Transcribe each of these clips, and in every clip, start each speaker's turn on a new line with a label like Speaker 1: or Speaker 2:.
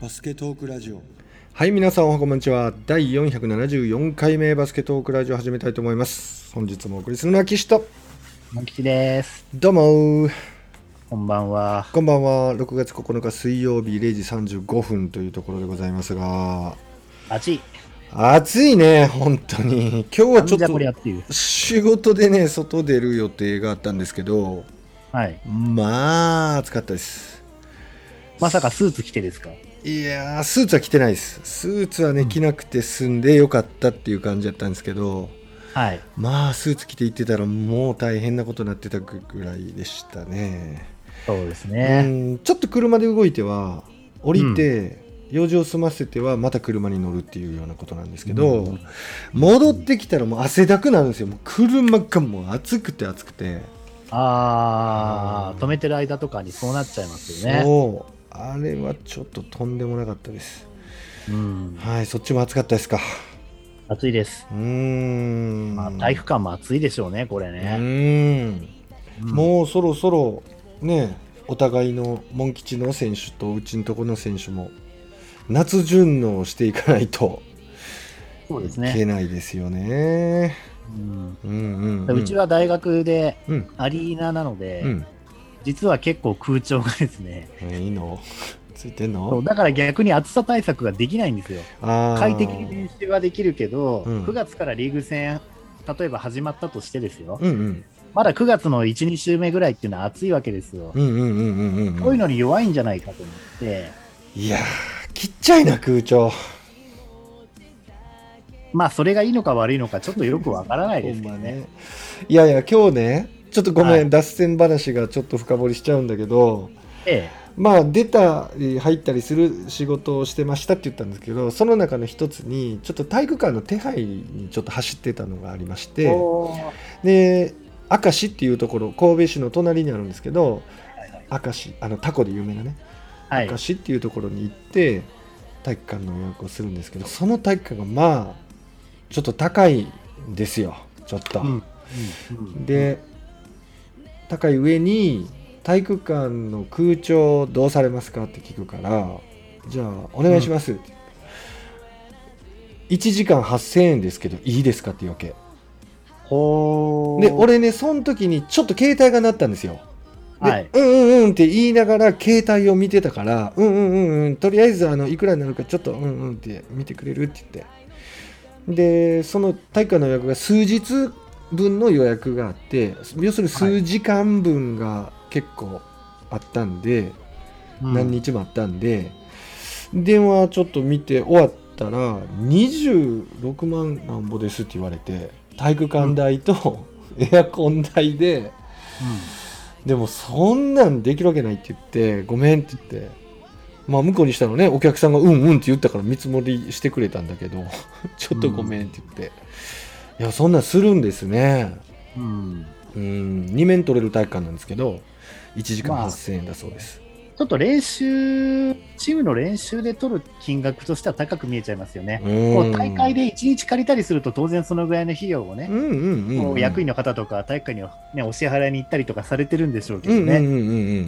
Speaker 1: バスケトークラジオ
Speaker 2: はい、皆さんおはこんにちは。第474回目バスケトークラジオ始めたいと思います。本日もお送りするのは岸と、
Speaker 3: モン吉です。
Speaker 2: どうもー
Speaker 3: こんばんは。
Speaker 2: こんばんは。6月9日水曜日0時35分というところでございますが、
Speaker 3: 暑い。
Speaker 2: 暑いね、本当に。今日は
Speaker 3: なん
Speaker 2: ちょ
Speaker 3: じゃこ
Speaker 2: っ
Speaker 3: りゃっていう。
Speaker 2: と仕事でね、外出る予定があったんですけど、
Speaker 3: はい。
Speaker 2: まあ、暑かったです。
Speaker 3: まさかスーツ着てですか
Speaker 2: いやー、スーツは着てないです。スーツはね、着なくて済んでよかったっていう感じだったんですけど、
Speaker 3: はい。
Speaker 2: まあスーツ着て行ってたらもう大変なことになってたぐらいでしたね、
Speaker 3: そうです
Speaker 2: う
Speaker 3: ね。
Speaker 2: んちょっと車で動いては降りて、用事を済ませてはまた車に乗るっていうようなことなんですけど、
Speaker 3: うん
Speaker 2: 戻ってきたらもう汗だくなるんですよもう車がもう暑くて暑くて、
Speaker 3: あ
Speaker 2: うん
Speaker 3: ー、止めてる間とかにそうなっちゃいますよね。
Speaker 2: そうあれはちょっととんでもなかったです
Speaker 3: うん。
Speaker 2: はいそっちも暑かったですか
Speaker 3: 暑いです。
Speaker 2: うーん、
Speaker 3: まあ、体育館も暑いでしょうね、これ
Speaker 2: う
Speaker 3: ね。
Speaker 2: ーん
Speaker 3: うん
Speaker 2: もうそろそろねお互いのモン吉の選手とうちのとこの選手も夏順応していかないと
Speaker 3: そうです
Speaker 2: いけ
Speaker 3: ね。
Speaker 2: ないですよね。
Speaker 3: うん
Speaker 2: うんうんん
Speaker 3: うちは大学で
Speaker 2: うん
Speaker 3: アリーナなので、
Speaker 2: うん
Speaker 3: 実は結構空調がですね、
Speaker 2: えいいの ついてん
Speaker 3: そ
Speaker 2: の
Speaker 3: うだから逆に暑さ対策ができないんですよ。
Speaker 2: あー
Speaker 3: 快適に練習はできるけど、
Speaker 2: うん
Speaker 3: 9月からリーグ戦、例えば始まったとしてですよ、
Speaker 2: うんうん
Speaker 3: まだ9月の1、2週目ぐらいっていうのは暑いわけですよ。
Speaker 2: うんうんうんうんうんうん
Speaker 3: こういうのに弱いんじゃないかと思って、
Speaker 2: いやーきっちゃいな空調
Speaker 3: まあ、それがいいのか悪いのか、ちょっとよくわからないですけど
Speaker 2: ほんま
Speaker 3: ね。
Speaker 2: ねいやいや今日ねちょっとごめん、
Speaker 3: はい
Speaker 2: 脱線話がちょっと深掘りしちゃうんだけど
Speaker 3: え
Speaker 2: まあ出たり入ったりする仕事をしてましたって言ったんですけどその中の一つにちょっと体育館の手配にちょっと走ってたのがありまし
Speaker 3: え
Speaker 2: て
Speaker 3: おー
Speaker 2: で明石っていうところ神戸市の隣にあるんですけど明石あのタコで有名なね
Speaker 3: はい
Speaker 2: 明。石っていうところに行って体育館の予約をするんですけどその体育館がまあちょっと高いんですよちょっと。
Speaker 3: うんうんうん
Speaker 2: で高い上に体育館の空調どうされますかって聞くからじゃあお願いしますって、1時間8000円ですけどいいですかっていうわけ
Speaker 3: ほー
Speaker 2: で、俺ねその時にちょっと携帯が鳴ったんですよで、
Speaker 3: はい
Speaker 2: うんうんうんって言いながら携帯を見てたからうんうんうんうんとりあえずあのいくらになるかちょっとうんうんって見てくれるって言ってでその体育館の予約が数日分の予約があって要するに数時間分が結構あったんで、
Speaker 3: うん
Speaker 2: 何日もあったんで電話ちょっと見て終わったら26万なんぼですって言われて体育館代とエアコン代で。でもそんなんできるわけないって言ってごめんって言ってまあ向こうにしたらねお客さんがうんうんって言ったから見積もりしてくれたんだけど ちょっとごめんって言って、いやそんなんするんですね
Speaker 3: うん
Speaker 2: う
Speaker 3: うん
Speaker 2: ん2面取れる体育館なんですけど1時間
Speaker 3: まあ
Speaker 2: 8000円だそうです、
Speaker 3: ちょっと練習、チームの練習で取る金額としては高く見えちゃいますよね。
Speaker 2: うん
Speaker 3: こう大会で1日借りたりすると、当然そのぐらいの費用をね、
Speaker 2: うんうんうん
Speaker 3: こ
Speaker 2: う
Speaker 3: うん役員の方とか体育館に、ね、お支払いに行ったりとかされてるんでしょうけ
Speaker 2: う
Speaker 3: ど
Speaker 2: んうん
Speaker 3: ね、
Speaker 2: うんう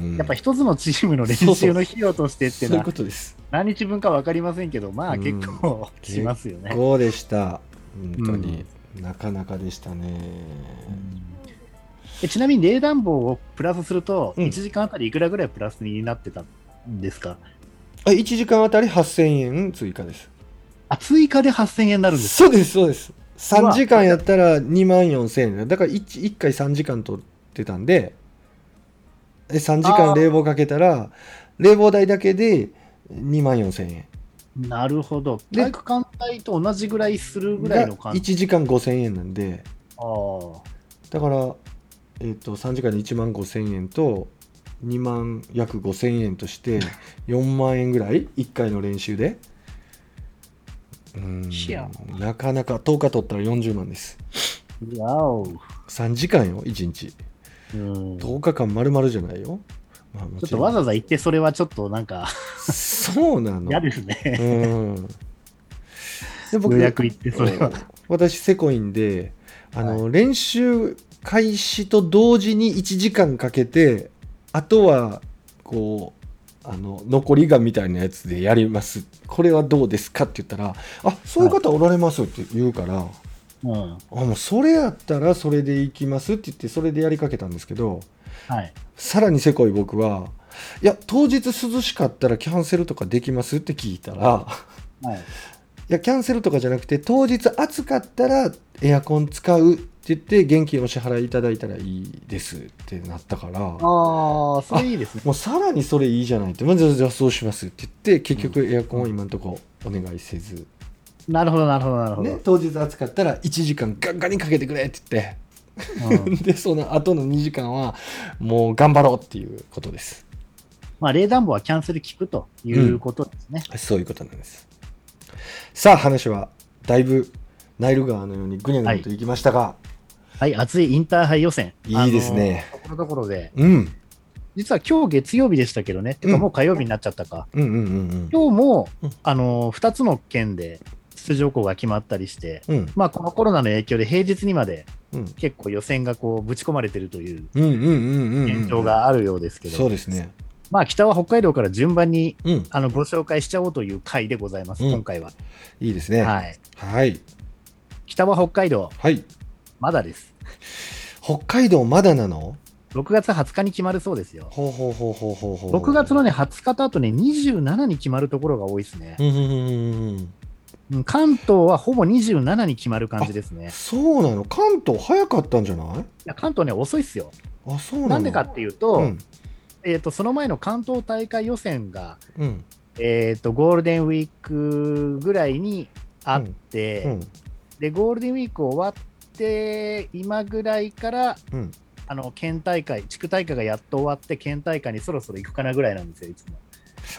Speaker 2: んうん
Speaker 3: やっぱ一つのチームの練習の費用としてって
Speaker 2: そ
Speaker 3: いう
Speaker 2: う
Speaker 3: の
Speaker 2: いう
Speaker 3: は
Speaker 2: ことです
Speaker 3: 何日分か分かりませんけど、まあ
Speaker 2: うん
Speaker 3: 結構しますよね。
Speaker 2: こうでした本当に、なかなかでしたね
Speaker 3: えちなみに冷暖房をプラスすると、
Speaker 2: うん
Speaker 3: 1時間あたりいくらぐらいプラスになってたんですか、
Speaker 2: あ1時間あたり8000円追加です
Speaker 3: あ追加で8000円になるんです
Speaker 2: そうですそうです
Speaker 3: う
Speaker 2: 3
Speaker 3: わ
Speaker 2: 時間やったら2万4000円だから 1, 一回3時間取ってたんでで3時間
Speaker 3: あー
Speaker 2: 冷房かけたら冷房代だけで2万4000円
Speaker 3: なるほど、
Speaker 2: で
Speaker 3: 体育館代と同じぐらいするぐら
Speaker 2: が
Speaker 3: いの感
Speaker 2: 1
Speaker 3: じ。
Speaker 2: 時間5000円なんで
Speaker 3: あー
Speaker 2: だから、えっと3時間で1万5000円と2万約5000円と して4万円ぐらい1回の練習でう
Speaker 3: いや
Speaker 2: ーんなかなか10日取ったら40万です
Speaker 3: わお
Speaker 2: 3時間よ1日
Speaker 3: うんちょ
Speaker 2: 10日間丸々じゃないよ、まあ、も
Speaker 3: っ
Speaker 2: ちろ
Speaker 3: と
Speaker 2: ん
Speaker 3: わざわざ行って、それはちょっとなんか、
Speaker 2: そうなの
Speaker 3: 嫌ですね。
Speaker 2: うんで僕
Speaker 3: 予約行ってそれは
Speaker 2: うん私セコインであの、練習開始と同時に1時間かけてあとはこうあの残りがみたいなやつでやりますこれはどうですかって言ったら「あそういう方おられます」って言うから、
Speaker 3: うん。
Speaker 2: あもうそれやったらそれでいきますって言ってそれでやりかけたんですけど
Speaker 3: はい。
Speaker 2: さらにせこい僕は「いや当日涼しかったらキャンセルとかできます?」って聞いたら
Speaker 3: はい。
Speaker 2: 「いやキャンセルとかじゃなくて当日暑かったらエアコン使う」って言って現金お支払いいただいたらいいですってなったから。
Speaker 3: ああ、それいいですね。
Speaker 2: もうさらにそれいいじゃないって、まあ、じゃあじゃあそうしますって言って結局エアコンは今のとこお願いせず、
Speaker 3: なるほど、なるほど、なるほど。
Speaker 2: ね、当日暑かったら1時間ガンガンにかけてくれって言って
Speaker 3: うん、
Speaker 2: でその後の2時間はもう頑張ろうっていうことです
Speaker 3: まあ、冷暖房はキャンセル効くということです ね。
Speaker 2: そういうことなんですさあ話はだいぶナイル川のようにぐにゃぐにゃといきましたが、
Speaker 3: はい、熱いインターハイ予選。
Speaker 2: いいですね
Speaker 3: あのー。ところどころで、
Speaker 2: うん、
Speaker 3: 実は今日月曜日でしたけどね、てかもう火曜日になっちゃったか。
Speaker 2: うんうんうん
Speaker 3: 今日も
Speaker 2: うん、
Speaker 3: あのー、2つの県で出場校が決まったりして、
Speaker 2: うんうん
Speaker 3: まあ、このコロナの影響で平日にまで
Speaker 2: うん
Speaker 3: 結構予選がこうぶち込まれてるという
Speaker 2: うんうんうんうん
Speaker 3: 現状があるようですけど、
Speaker 2: そうですね
Speaker 3: まあ、北は北海道から順番に
Speaker 2: うん
Speaker 3: あのご紹介しちゃおうという回でございます、
Speaker 2: うん
Speaker 3: 今回は、
Speaker 2: いいですねはい
Speaker 3: はい。
Speaker 2: はい、
Speaker 3: 北は北海道、まだです。
Speaker 2: 北海道まだなの
Speaker 3: 6月20日に決まるそうですよ。
Speaker 2: ほうほうほうほうほうほう
Speaker 3: 6月のね、20日とあとね、27に決まるところが多いですね
Speaker 2: う。んうんうんうんうん
Speaker 3: うん関東はほぼ27に決まる感じですね。い
Speaker 2: そうなの関東早かったんじゃない
Speaker 3: や関東ね、遅いっすよ。
Speaker 2: あそうなの
Speaker 3: なんでかっていうと、
Speaker 2: うん
Speaker 3: えっ、と、その前の関東大会予選が、
Speaker 2: うん
Speaker 3: えっ、と、ゴールデンウィークぐらいにあって、
Speaker 2: うん
Speaker 3: で、ゴールデンウィーク終わって、今ぐらいから、
Speaker 2: うん
Speaker 3: あの、県大会、地区大会がやっと終わって、県大会にそろそろ行くかなぐらいなんですよ、いつも。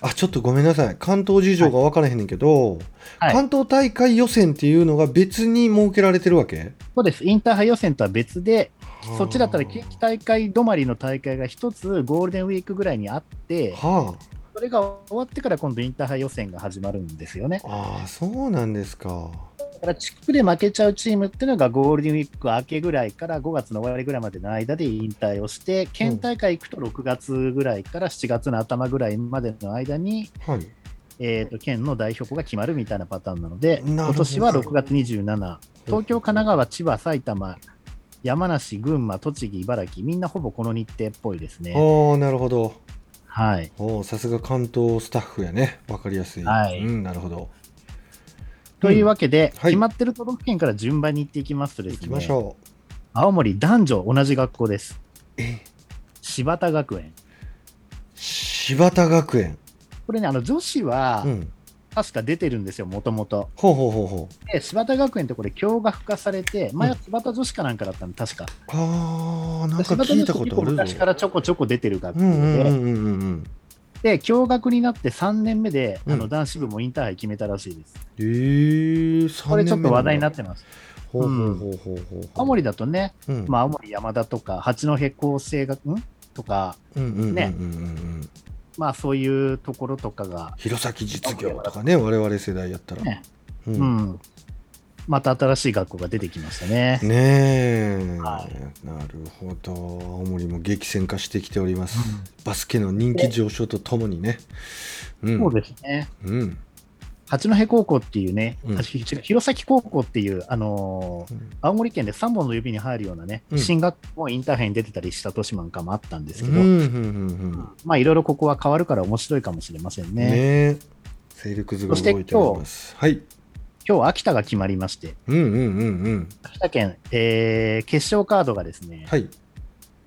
Speaker 2: あちょっとごめんなさい関東事情が分からへんねんけど、
Speaker 3: はい
Speaker 2: 関東大会予選っていうのが別に設けられてるわけ
Speaker 3: そうです。インターハイ予選とは別で、そっちだったら近畿大会止まりの大会が一つゴールデンウィークぐらいにあって、
Speaker 2: は
Speaker 3: それが終わってから今度インターハイ予選が始まるんですよね。
Speaker 2: あああそうなんですか
Speaker 3: だから地区で負けちゃうチームっていうのがゴールデンウィーク明けぐらいから5月の終わりぐらいまでの間で引退をして、県大会行くと6月ぐらいから7月の頭ぐらいまでの間に、
Speaker 2: はい
Speaker 3: えー、と県の代表校が決まるみたいなパターンなので、
Speaker 2: なるほど
Speaker 3: 今年は6月27、東京、神奈川、千葉、埼玉、山梨、群馬、栃木、茨城、みんなほぼこの日程っぽいですね。
Speaker 2: ああなるほど
Speaker 3: はい、
Speaker 2: おーさすが関東スタッフやね分かりやすい、
Speaker 3: はい
Speaker 2: うんなるほど
Speaker 3: というわけで、
Speaker 2: はい
Speaker 3: 決まってる都道府県から順番に行っていきますとで
Speaker 2: 行
Speaker 3: すね、
Speaker 2: きましょう
Speaker 3: 青森男女同じ学校です。
Speaker 2: え
Speaker 3: 柴田学園。
Speaker 2: 柴田学園
Speaker 3: これね、あの女子は
Speaker 2: うん
Speaker 3: 確か出てるんですよ、もともと。
Speaker 2: ほうほうほうほう
Speaker 3: で、柴田学園ってこれ、共学化されて、前は柴田女子かなんかだったの、確か。
Speaker 2: あーなんか
Speaker 3: 柴田
Speaker 2: 聞
Speaker 3: 女
Speaker 2: いた
Speaker 3: 子
Speaker 2: ことあるぞ
Speaker 3: 昔からちょこちょこ出てる学校
Speaker 2: う
Speaker 3: で、
Speaker 2: んうんうんうんうんうん
Speaker 3: で、共学になって3年目で、
Speaker 2: うん
Speaker 3: あの男子部もインターハイ決めたらしいです。
Speaker 2: えー、
Speaker 3: これちょっと話題になっててます。
Speaker 2: ほうほうほうほうほう
Speaker 3: 青森だとね、
Speaker 2: うん
Speaker 3: まあ、青森山田とか、八戸厚生学んとか、
Speaker 2: うんうんうんうんうん
Speaker 3: ね
Speaker 2: うん
Speaker 3: まあそういうところとかが、
Speaker 2: 弘前実業とかね我々世代やったら、
Speaker 3: ね
Speaker 2: う、
Speaker 3: うんん、また新しい学校が出てきましたね。
Speaker 2: ねえ、
Speaker 3: は
Speaker 2: なるほど青森も激戦化してきております、バスケの人気上昇とともにねうん
Speaker 3: そうですね。
Speaker 2: うん
Speaker 3: 八戸高校っていうね、
Speaker 2: うん
Speaker 3: あひ弘前高校っていう、あのー青森県で3本の指に入るようなね、
Speaker 2: うん
Speaker 3: 進学校もインターハイに出てたりした年なんかもあったんです
Speaker 2: う
Speaker 3: け
Speaker 2: ん
Speaker 3: ど、
Speaker 2: うんうん
Speaker 3: まあいろいろここは変わるから面白いかもしれません
Speaker 2: うん
Speaker 3: ね。
Speaker 2: ねえ勢力図が動いておりますはい
Speaker 3: 今日秋田が決まりまして、
Speaker 2: うんうんうんうん
Speaker 3: 秋田県、えー決勝カードがですね、
Speaker 2: はい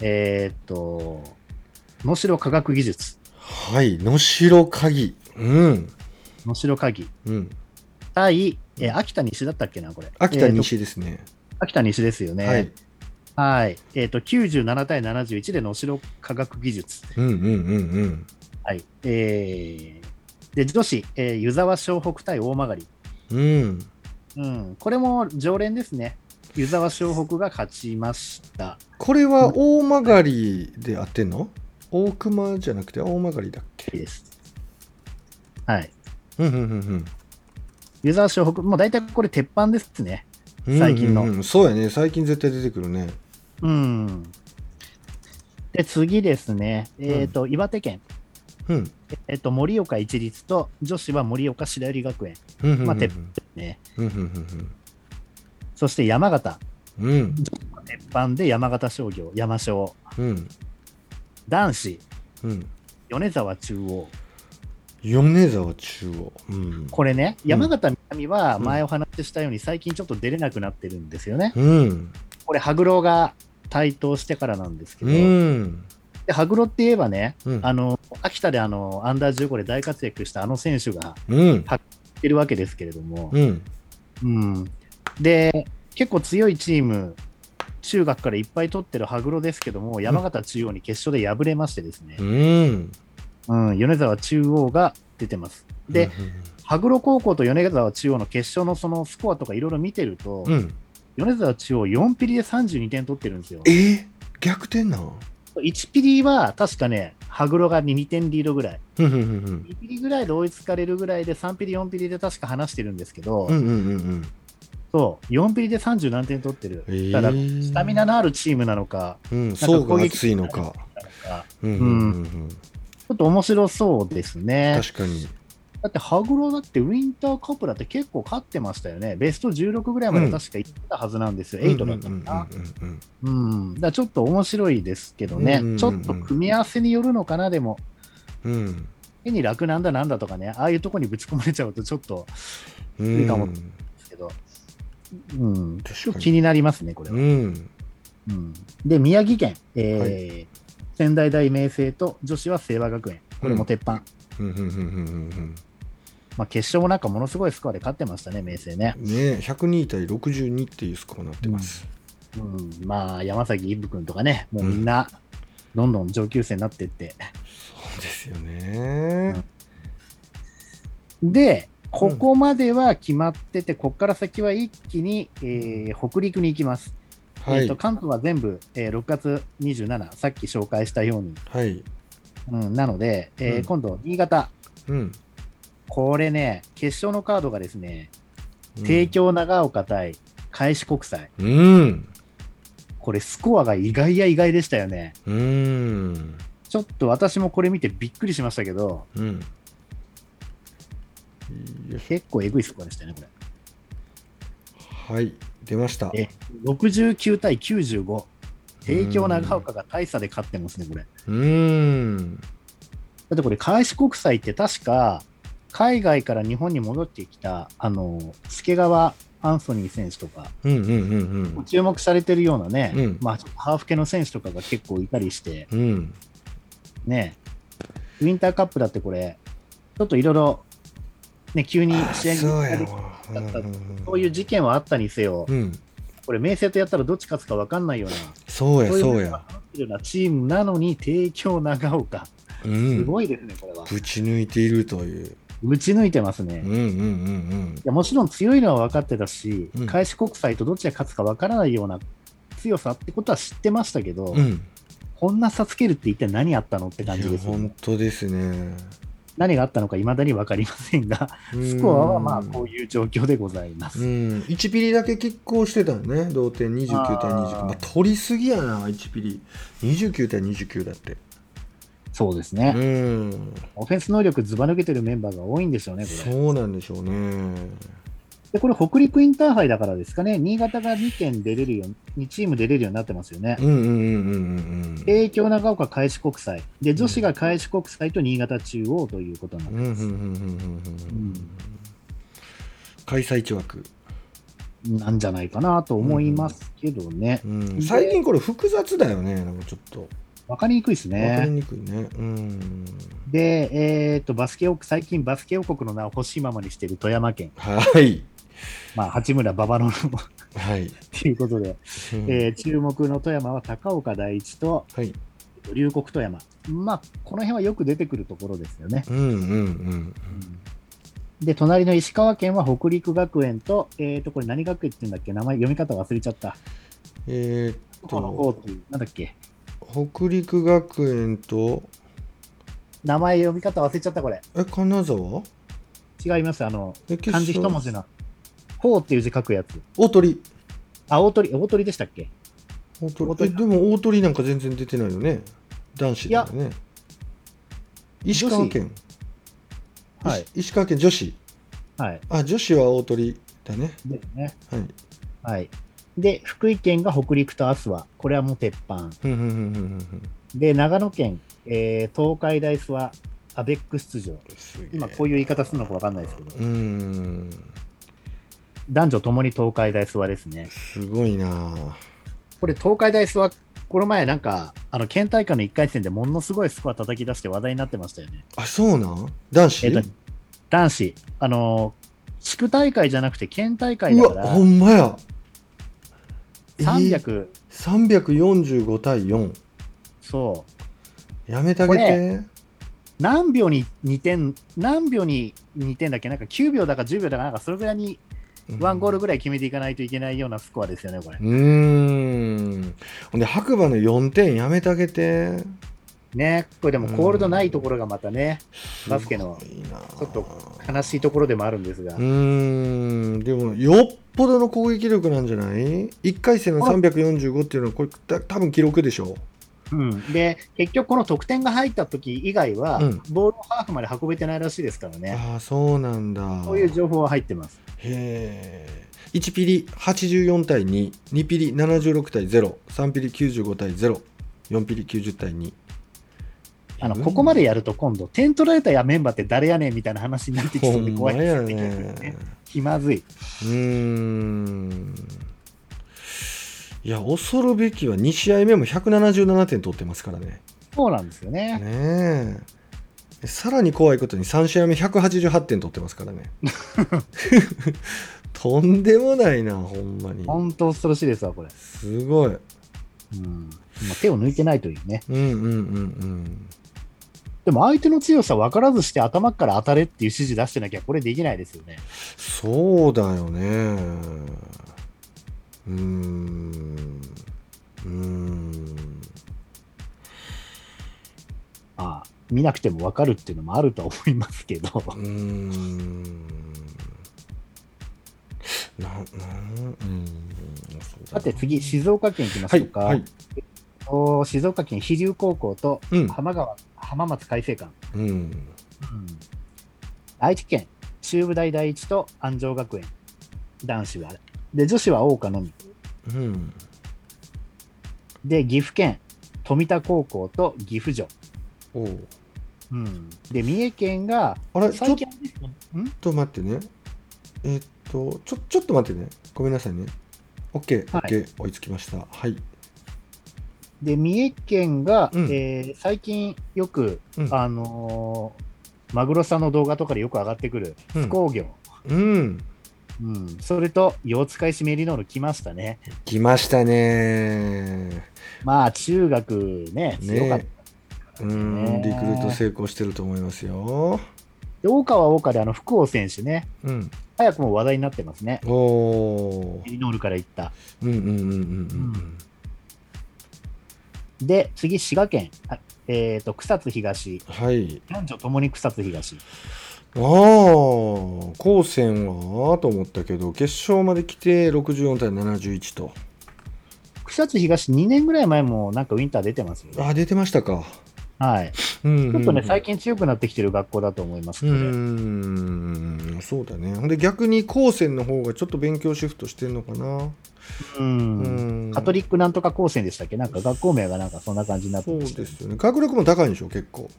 Speaker 3: えーっと、能代科学技術、
Speaker 2: はい能代鍵うん
Speaker 3: 能代鍵
Speaker 2: うん
Speaker 3: 対、えー秋田西だったっけな、これ。
Speaker 2: 秋田
Speaker 3: えーと
Speaker 2: 西ですね。
Speaker 3: 秋田西ですよね。
Speaker 2: はい。
Speaker 3: はい。えっ、と、97対71で能代科学技術。
Speaker 2: うんうんうん
Speaker 3: はい。えー、で、女子、えー湯沢湘北対大曲。
Speaker 2: うん。うん。
Speaker 3: うん。これも常連ですね。湯沢湘北が勝ちました。
Speaker 2: これは大曲で合ってんの大熊じゃなくて大曲だっ
Speaker 3: いい
Speaker 2: け
Speaker 3: です。はい。
Speaker 2: うんうんうん
Speaker 3: 湯沢湘北、もう大体これ鉄板ですね。
Speaker 2: うん。
Speaker 3: 最近の
Speaker 2: うんうんうんそうやね。最近絶対出てくるね。
Speaker 3: うん。で、次ですね。えっ、と、岩手県。
Speaker 2: うん
Speaker 3: えっと、盛岡一律と女子は盛岡白百合学園
Speaker 2: うんうんうん
Speaker 3: まあてね。
Speaker 2: うんうん
Speaker 3: そして山形、
Speaker 2: うんうん
Speaker 3: 鉄板で山形商業、山商。
Speaker 2: うん
Speaker 3: 男子、
Speaker 2: うん
Speaker 3: 米沢中央。
Speaker 2: 米沢中央うん
Speaker 3: これね、
Speaker 2: ん
Speaker 3: 山形南は前お話ししたように最近ちょっと出れなくなってるんですよね。
Speaker 2: うん
Speaker 3: これ、羽黒が台頭してからなんですけ
Speaker 2: う
Speaker 3: ど、
Speaker 2: ん
Speaker 3: で羽黒って言えばね、
Speaker 2: うん
Speaker 3: あの、秋田であの、アンダー15で大活躍したあの選手が
Speaker 2: うん
Speaker 3: いるわけですけれども、
Speaker 2: うん
Speaker 3: うん、で結構強いチーム中学からいっぱい取ってる羽黒ですけども山形中央に決勝で敗れましてですね
Speaker 2: う、ん
Speaker 3: うん、米沢中央が出てますで、羽黒高校と米沢中央の決勝のそのスコアとかいろいろ見てると、
Speaker 2: うん
Speaker 3: 米沢中央4ピリで32点取ってるんですよ
Speaker 2: えー逆転なん
Speaker 3: 1ピリは確かね羽黒が2点リードぐらい
Speaker 2: うんうんうん
Speaker 3: 2ピリぐらいで追いつかれるぐらいで3ピリ4ピリで確か話してるんですけど、
Speaker 2: うんうんうんうん
Speaker 3: そう4ピリで30何点取ってる、
Speaker 2: えー
Speaker 3: ただスタミナのあるチームなのか
Speaker 2: うん
Speaker 3: なん
Speaker 2: 層
Speaker 3: か攻
Speaker 2: が
Speaker 3: 撃
Speaker 2: 厚いのか
Speaker 3: か
Speaker 2: うんうんうんうん
Speaker 3: ちょっと面白そうですね。
Speaker 2: 確かに
Speaker 3: だって、羽黒だって、ウィンターカプラって結構勝ってましたよね。ベスト16ぐらいまで確か行ってたはずなんですよ。8だったかな。
Speaker 2: うんうんうんうん
Speaker 3: うん。だからちょっと面白いですけど
Speaker 2: うん
Speaker 3: ね。
Speaker 2: うんうんうん
Speaker 3: ちょっと組み合わせによるのかな、でも。
Speaker 2: うん
Speaker 3: 絵に楽なんだなんだとかね、ああいうとこにぶち込まれちゃうとちょっと
Speaker 2: うん
Speaker 3: いいかもですけど、うん、
Speaker 2: 確かに
Speaker 3: ちょっと気になりますね、これは。
Speaker 2: うん
Speaker 3: うん、で、宮城県、えー仙台大明星と女子は清和学園、これも鉄板、
Speaker 2: うんうんうんうん
Speaker 3: まあ、決勝もなんかものすごいスコアで勝ってましたね、明星ね
Speaker 2: う。んね102対62っていうスコアになってます
Speaker 3: うん、まあ山崎一部君とかね、もうみんな、どんどん上級生になってって。
Speaker 2: そうですよね
Speaker 3: で、ここまでは決まってて、ここから先は一気に、えー北陸に行きます。
Speaker 2: は
Speaker 3: えー
Speaker 2: い
Speaker 3: と関東は全部、えー6月27、さっき紹介したように。
Speaker 2: はい
Speaker 3: うん、なので、えー
Speaker 2: うん
Speaker 3: 今度、新潟。
Speaker 2: うん
Speaker 3: これね、決勝のカードがですね、帝京長岡対開志国際。
Speaker 2: うん
Speaker 3: これ、スコアが意外や意外でしたよね。
Speaker 2: うん
Speaker 3: ちょっと私もこれ見てびっくりしましたけど、
Speaker 2: うん
Speaker 3: 結構えぐいスコアでしたね、これ。
Speaker 2: はい出ました
Speaker 3: え69対95、帝京長岡が大差で勝ってますね、これ。
Speaker 2: うん
Speaker 3: だってこれ、開志国際って確か、海外から日本に戻ってきた、あの、助川アンソニー選手とか、
Speaker 2: うんうんうん
Speaker 3: 注目されてるようなね、
Speaker 2: うん
Speaker 3: まあ、ちょっとハーフ系の選手とかが結構いたりして、
Speaker 2: うんうん
Speaker 3: ね、ウィンターカップだってこれ、ちょっといろいろ、ね、急に試合に
Speaker 2: そうや
Speaker 3: る
Speaker 2: わ
Speaker 3: そういう事件はあったにせよ、
Speaker 2: うん
Speaker 3: これ、明星とやったらどっち勝つか分かんないような。
Speaker 2: そうや
Speaker 3: そういう
Speaker 2: そう
Speaker 3: のが
Speaker 2: や
Speaker 3: 入ってるようなチームなのに、帝京長岡、
Speaker 2: うん
Speaker 3: すごいですね、これは。
Speaker 2: ぶち抜いているという
Speaker 3: ぶち抜いてます
Speaker 2: う
Speaker 3: ね。
Speaker 2: んう
Speaker 3: い
Speaker 2: んうん
Speaker 3: やもちろん強いのは分かってたし
Speaker 2: う、ん
Speaker 3: 開志国際とどっちが勝つか分からないような強さってことは知ってましたけど
Speaker 2: うんう、ん
Speaker 3: こんな差つけるって一体何あったのって感じ
Speaker 2: い
Speaker 3: で
Speaker 2: や
Speaker 3: すよね
Speaker 2: 本。当ですね
Speaker 3: 何があったのか未だに分かりませんが、スコアはまあこういう状況でございま
Speaker 2: う
Speaker 3: す。
Speaker 2: ん、1ピリだけ拮抗してたよね同点29対
Speaker 3: あ
Speaker 2: 29
Speaker 3: ー
Speaker 2: まあ、取りすぎやな1ピリ29対29だって
Speaker 3: そうです
Speaker 2: う
Speaker 3: ね。
Speaker 2: ん
Speaker 3: オフェンス能力ずば抜けてるメンバーが多いんでしょうね、これ。
Speaker 2: そうなんでしょうね
Speaker 3: で、これ北陸インターハイだからですかね、新潟が2県出れるよう、2チーム出れるようになってますよね。
Speaker 2: うんうんうんうんうん
Speaker 3: 帝京長岡開志国際で女子が開志国際と新潟中央ということな
Speaker 2: うんんうんうんう
Speaker 3: で
Speaker 2: んう
Speaker 3: す、
Speaker 2: んうん開催地枠、
Speaker 3: なんじゃないかなと思いますけどね、
Speaker 2: うん、最近これ複雑だよねなんかちょっと
Speaker 3: 分かりにくいです
Speaker 2: 分かり
Speaker 3: ね
Speaker 2: にくいねうん
Speaker 3: で、えー、とバスケ王最近バスケ王国の名を欲しいままにしている富山県、
Speaker 2: はい
Speaker 3: まあ、八村馬場の
Speaker 2: はい、
Speaker 3: ということ
Speaker 2: うん
Speaker 3: で、えー注目の富山は高岡第一と
Speaker 2: はい
Speaker 3: 龍谷富山まあこの辺はよく出てくるところですよね
Speaker 2: うんうんうん
Speaker 3: で隣の石川県は北陸学園と,、えー、とこれ何学園って言うんだっけ名前読み方忘れちゃった
Speaker 2: えーっ
Speaker 3: この
Speaker 2: と
Speaker 3: 方というなんだっけ
Speaker 2: 北陸学園と
Speaker 3: 名前読み方忘れちゃった、これ。
Speaker 2: え金沢
Speaker 3: 違います。あの、
Speaker 2: え
Speaker 3: 漢字一文字の。こうっていう字書くやつ。
Speaker 2: 大鳥
Speaker 3: あ、大鳥、大鳥でしたっけ
Speaker 2: 大
Speaker 3: 大
Speaker 2: 鳥え
Speaker 3: 鳥
Speaker 2: でも大鳥なんか全然出てないよね男子だよね石川県、
Speaker 3: はい
Speaker 2: い、石川県女子
Speaker 3: はい。
Speaker 2: あ女子は大鳥だね
Speaker 3: ですね。
Speaker 2: はい
Speaker 3: はい。で、福井県が北陸と阿蘇は、これはもう鉄板。
Speaker 2: ふんふんふんふんふんふん
Speaker 3: で、長野県、えー東海大諏はアベック出場。
Speaker 2: すげえ
Speaker 3: 今、こういう言い方するのかわかんないですけど、
Speaker 2: うーん
Speaker 3: 男女ともに東海大諏はですね。
Speaker 2: すごいな
Speaker 3: これ、東海大諏は、この前なんか、あの、県大会の1回戦でものすごいスコア叩き出して話題になってましたよね。
Speaker 2: あそうなん男子、
Speaker 3: えっと、男子、あのー地区大会じゃなくて県大会
Speaker 2: う
Speaker 3: だか
Speaker 2: わ
Speaker 3: ら
Speaker 2: ほ、んまやえー
Speaker 3: 300、
Speaker 2: 345対4
Speaker 3: そう、
Speaker 2: やめてあげ
Speaker 3: こ
Speaker 2: て
Speaker 3: 何秒に2点、何秒に2点だっけ、なんか9秒だか10秒だか、なんかそれぐらいにワンゴールぐらい決めていかないといけないようなスコアですよね、これ
Speaker 2: う。ーんほんで白馬の4点やめてあげて
Speaker 3: ね、これでもコールドないところがまたね、バスケの
Speaker 2: すごいな
Speaker 3: ちょっと悲しいところでもあるんですが
Speaker 2: う、ーんでもよっぽどの攻撃力なんじゃない ?1 回戦の345っていうのはこれた多分記録でしょ
Speaker 3: うん、で、結局この得点が入った時以外は、
Speaker 2: うん
Speaker 3: ボールをハーフまで運べてないらしいですからね、
Speaker 2: ああそうなんだ
Speaker 3: そういう情報は入ってます。
Speaker 2: へえ1ピリ84対22ピリ76対03ピリ95対04ピリ90対2
Speaker 3: あのここまでやると今度、点取られたやメンバーって誰やねんみたいな話になってき
Speaker 2: ほ
Speaker 3: そうで
Speaker 2: ん
Speaker 3: 怖
Speaker 2: ま
Speaker 3: いです
Speaker 2: や
Speaker 3: よね逆に
Speaker 2: ね
Speaker 3: ね。気まずい。
Speaker 2: うーんいや恐るべきは2試合目も177点取ってますからね
Speaker 3: そうなんですよね。
Speaker 2: ねえさらに怖いことに3試合目188点取ってますから ねとんでもないなほんまに
Speaker 3: 本当恐ろしいですわ、これ。
Speaker 2: すごい
Speaker 3: うん、まあ手を抜いてないというね。
Speaker 2: うんうんうん
Speaker 3: でも相手の強さ分からずして頭から当たれっていう指示出してなきゃこれできないですよね。
Speaker 2: そうだよねうーんうーん
Speaker 3: まあ、見なくても分かるっていうのもあるとは思いますけ ど。
Speaker 2: うーんななんうんそう
Speaker 3: さ
Speaker 2: だ
Speaker 3: て
Speaker 2: な
Speaker 3: 次、静岡県行きましょうか。
Speaker 2: はいはい
Speaker 3: お静岡県飛龍高校と
Speaker 2: うん
Speaker 3: 浜川、浜松開誠館。
Speaker 2: うん
Speaker 3: 愛知県中部大第一と安城学園男子はで女子は大岡のみ
Speaker 2: うん
Speaker 3: で岐阜県富田高校と岐阜城、
Speaker 2: おう
Speaker 3: で三重県が
Speaker 2: あれちょ
Speaker 3: 最
Speaker 2: っ
Speaker 3: 近ん
Speaker 2: ちょっと待ってね。えっと、ちょ、ちょっと待ってね。ごめんなさいね。OK、
Speaker 3: はい
Speaker 2: OK、追いつきました。はい。
Speaker 3: で三重県が、
Speaker 2: うん
Speaker 3: えー最近よく、
Speaker 2: うん
Speaker 3: あのーマグロさんの動画とかでよく上がってくる
Speaker 2: うん
Speaker 3: 津工業、
Speaker 2: うん。
Speaker 3: うんそれと四日市メリノール来ましたね
Speaker 2: 来ましたね。
Speaker 3: まあ中学ね強かった
Speaker 2: ね。うん、リクルート成功してると思いますよ。
Speaker 3: で大川は大川であの福王選手ね
Speaker 2: うん。
Speaker 3: 早くも話題になってますね。
Speaker 2: おお
Speaker 3: エ。リノールから行った。
Speaker 2: うんうんうんうん
Speaker 3: で、次、滋賀県。あえっ、と、草津東。
Speaker 2: うん。はい。
Speaker 3: 男女ともに草津東。
Speaker 2: ああ、高専はと思ったけど、決勝まで来て64対71と。
Speaker 3: 草津東2年ぐらい前もなんかウィンター出てますよね。
Speaker 2: あ、出てましたか。
Speaker 3: はい。ち
Speaker 2: うん、
Speaker 3: ょっとね、
Speaker 2: うん
Speaker 3: 最近強くなってきてる学校だと思います
Speaker 2: う
Speaker 3: ので。
Speaker 2: ーんそうだねほんで逆に高専の方がちょっと勉強シフトしてんのかな
Speaker 3: うん。
Speaker 2: うん
Speaker 3: カトリックなんとか高専でしたっけなんか学校名がなんかそんな感じになって
Speaker 2: そう
Speaker 3: まし
Speaker 2: で
Speaker 3: たよね、
Speaker 2: すよね学力も高いんでしょ結構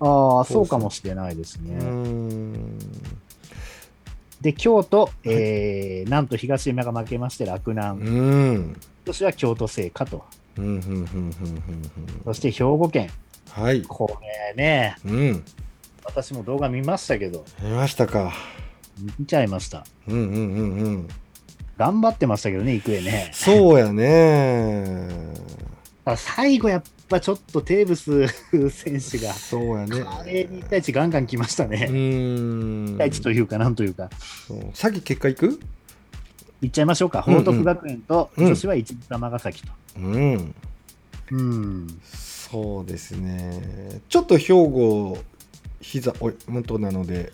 Speaker 3: ああ、そうかもしれないです
Speaker 2: う
Speaker 3: ね。
Speaker 2: ーん
Speaker 3: で、京都、えー、なんと東山が負けまして洛
Speaker 2: う
Speaker 3: 南。今
Speaker 2: ん
Speaker 3: 年は京都聖火と。
Speaker 2: うんうんうんうんうんう
Speaker 3: そ
Speaker 2: ん
Speaker 3: して兵庫県。
Speaker 2: はい
Speaker 3: これね、
Speaker 2: うん
Speaker 3: 私も動画見ましたけど、
Speaker 2: 見ましたか
Speaker 3: 見ちゃいました。
Speaker 2: うんうんうんうん
Speaker 3: 頑張ってましたけどね、育英ね。
Speaker 2: そうやね
Speaker 3: あ最後やっぱちょっとテーブス選手が、
Speaker 2: そうやね
Speaker 3: あれに1対1ガンガン来ました
Speaker 2: う
Speaker 3: ね。
Speaker 2: ーん
Speaker 3: 1対1というか、なんというか。
Speaker 2: そうさっき結果いく
Speaker 3: いっちゃいましょうか。
Speaker 2: うんう
Speaker 3: 報
Speaker 2: ん
Speaker 3: 徳学園と
Speaker 2: うん
Speaker 3: 女子は一三尼崎と。
Speaker 2: うん
Speaker 3: うん。
Speaker 2: そうですね。ちょっと兵庫膝おい元なので、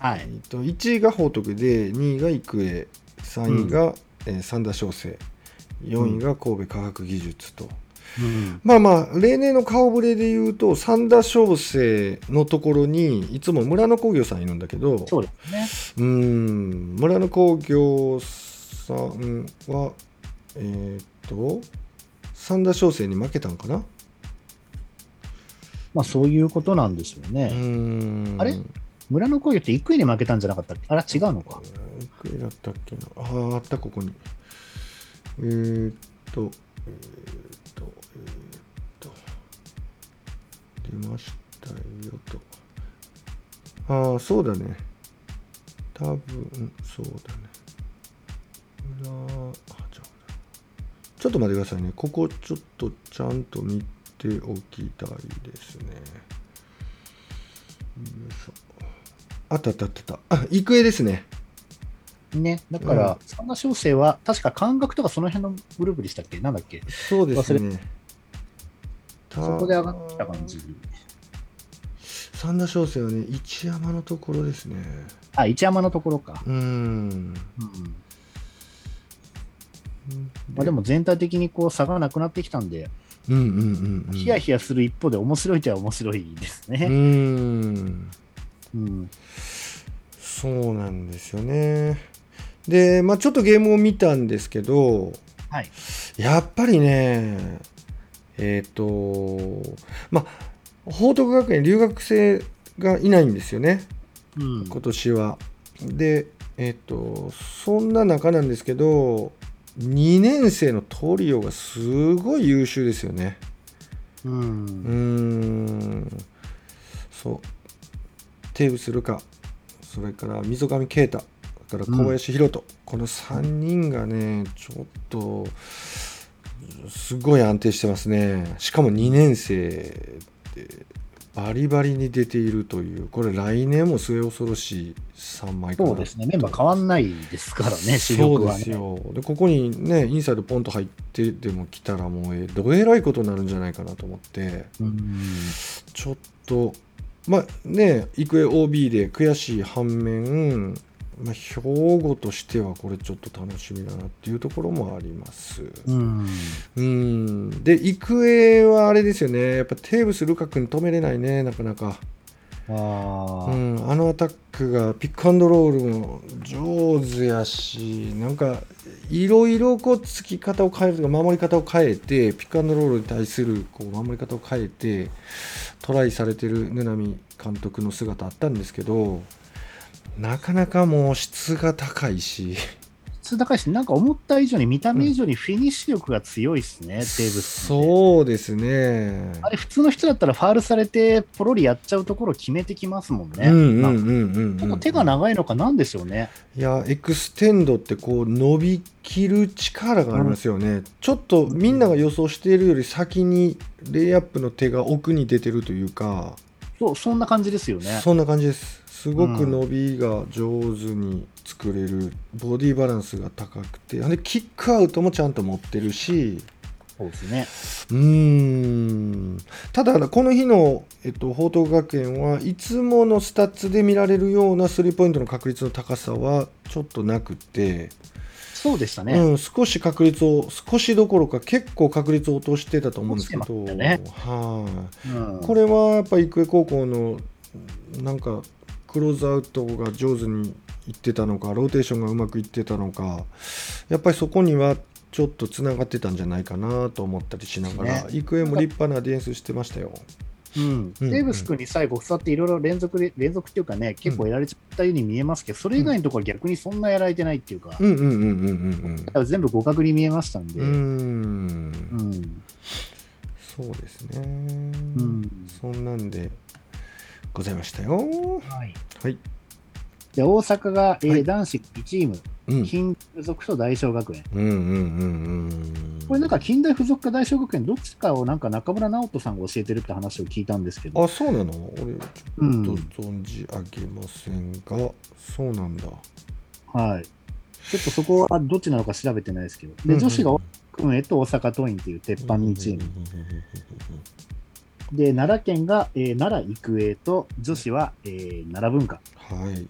Speaker 3: は
Speaker 2: え
Speaker 3: い。
Speaker 2: っと1位が報徳で、2位が育英、3位が、えー三田商成、4位が神戸科学技術と。
Speaker 3: うん
Speaker 2: まあまあ例年の顔ぶれで言うと三田小生のところにいつも村野工業さんいるんだけど
Speaker 3: そうですね。
Speaker 2: うーん村野工業さんはえーっと三田小生に負けたんかな
Speaker 3: まあそういうことなんでしょう
Speaker 2: うー
Speaker 3: ね。
Speaker 2: ん
Speaker 3: あれ村の工業って一区に負けたんじゃなかったっけあら、違うのか。
Speaker 2: いくらだったっけなあーあったここにえーっとえーっとえーっと出ましたよとああそうだね多分そうだね裏あちょちょっと待ってくださいねここちょっとちゃんと見ておきたいですねよいしょあったあったあったあったあ郁恵ですね
Speaker 3: ね。だか
Speaker 2: うん
Speaker 3: ら、三田小生は、確か感覚とかその辺のグループでしたっけなんだっけ
Speaker 2: そうですね。た
Speaker 3: そこで上がってきた感じ。。
Speaker 2: 三田小生はね、一山のところですね。
Speaker 3: あ、一山のところか。
Speaker 2: うーん。
Speaker 3: うんまあ、でも全体的にこう差がなくなってきたんで、
Speaker 2: うんうんうんうん。
Speaker 3: ヒヤヒヤする一方で面白いとは面白いです
Speaker 2: う
Speaker 3: ね。
Speaker 2: ーん。
Speaker 3: うん。
Speaker 2: そうなんですよね。で、まあちょっとゲームを見たんですけど、
Speaker 3: はい。
Speaker 2: やっぱりね、えっ、と、まあ、報徳学園留学生がいないんですよね。
Speaker 3: うん。
Speaker 2: 今年は。で、えっと、そんな中なんですけど、2年生のトリオがすごい優秀ですよね。
Speaker 3: う
Speaker 2: うー
Speaker 3: ん。
Speaker 2: ん、そう、テーブスルカ、それから溝上啓太、それから小林宏斗、この3人がね、ちょっと、すごい安定してますね。しかも2年生で、バリバリに出ているという、これ、来年も末恐ろしい3枚かな
Speaker 3: そうですね。メンバー変わんないですからね、
Speaker 2: そ
Speaker 3: 主力
Speaker 2: うで
Speaker 3: は
Speaker 2: す
Speaker 3: ね。
Speaker 2: よでここにねインサイドポンと入ってでも来たらもうえどえらいことになるんじゃないかなと思って
Speaker 3: うん。
Speaker 2: ちょっと、まあね、育英 OB で悔しい反面、まあ、兵庫としてはこれちょっと楽しみだなっていうところもあります。
Speaker 3: うん。
Speaker 2: うん、で、育英はあれですよね、やっぱテーブス・ルカ君止めれないね、なかなか。
Speaker 3: あ
Speaker 2: う
Speaker 3: あ。
Speaker 2: ん、あのアタックがピックアンドロールも上手やし、なんかいろいろこうつき方を変えるとか、守り方を変えて、ピックアンドロールに対するこう守り方を変えて、トライされてる布波監督の姿あったんですけど、なかなかもう質が高いし、
Speaker 3: 普通高いし、なんか思った以上に、見た目以上にフィニッシュ力が強いですね、テーブス。
Speaker 2: そうですね。
Speaker 3: あれ、普通の人だったらファールされて、ポロリやっちゃうところ決めてきますもんね。
Speaker 2: うんうん
Speaker 3: な
Speaker 2: うん
Speaker 3: か
Speaker 2: んうん
Speaker 3: ち
Speaker 2: う
Speaker 3: ょっ
Speaker 2: ん、
Speaker 3: と手が長いのかなんでしょうね。
Speaker 2: いやエクステンドってこう伸びきる力がありますよね、ちょっとみんなが予想しているより先にレイアップの手が奥に出てるというか、
Speaker 3: そう、そんな感じですよね。
Speaker 2: そんな感じですすごく
Speaker 3: うん
Speaker 2: 伸びが上手に作れる、ボディバランスが高くてでキックアウトもちゃんと持ってるし
Speaker 3: そうですね。
Speaker 2: うーんただこの日の、えっと、報徳学園はいつものスタッツで見られるようなスリーポイントの確率の高さはちょっとなくて。
Speaker 3: そうでしたね。
Speaker 2: うん、少し確率を少しどころか結構確率を落としてたと思うんですけ
Speaker 3: 落
Speaker 2: ど、
Speaker 3: としてました
Speaker 2: はい
Speaker 3: うん
Speaker 2: これはやっぱ育英高校のなんかクローズアウトが上手にいってたのかローテーションがうまくいってたのかやっぱりそこにはちょっとつながってたんじゃないかなと思ったりしながら、
Speaker 3: で
Speaker 2: 育英も立派なディフェンスしてましたよ。
Speaker 3: うん、
Speaker 2: うん
Speaker 3: デーブス君に最後、座っていろいろ連続で、連続っていうかね、結構やられちゃったように見えますけど、それ以外のところは逆にそんなやられてないっていうか、
Speaker 2: うんうんうんうんうん
Speaker 3: 全部互角に見えましたんで、
Speaker 2: うん。うー
Speaker 3: う
Speaker 2: ん
Speaker 3: んうん
Speaker 2: そうですね、そんなんでございましたよ。
Speaker 3: はい、
Speaker 2: はい。
Speaker 3: で大阪が、えー
Speaker 2: はい
Speaker 3: 男子2チーム、
Speaker 2: うん
Speaker 3: 近大附属と大商学園、
Speaker 2: うんうんうんうん。
Speaker 3: これなんか近大附属か大商学園、どっちかをなんか中村直人さんが教えてるって話を聞いたんですけど、
Speaker 2: あ、そうなの俺、ちょっと
Speaker 3: うん
Speaker 2: 存じ上げませんが、そうなんだ。
Speaker 3: はい、ちょっとそこはどっちなのか調べてないですけど、で女子が大阪運営と大阪桐蔭という鉄板2チーム。
Speaker 2: ム。
Speaker 3: で、奈良県が、えー奈良育英と、女子は、えー奈良文化。
Speaker 2: はい。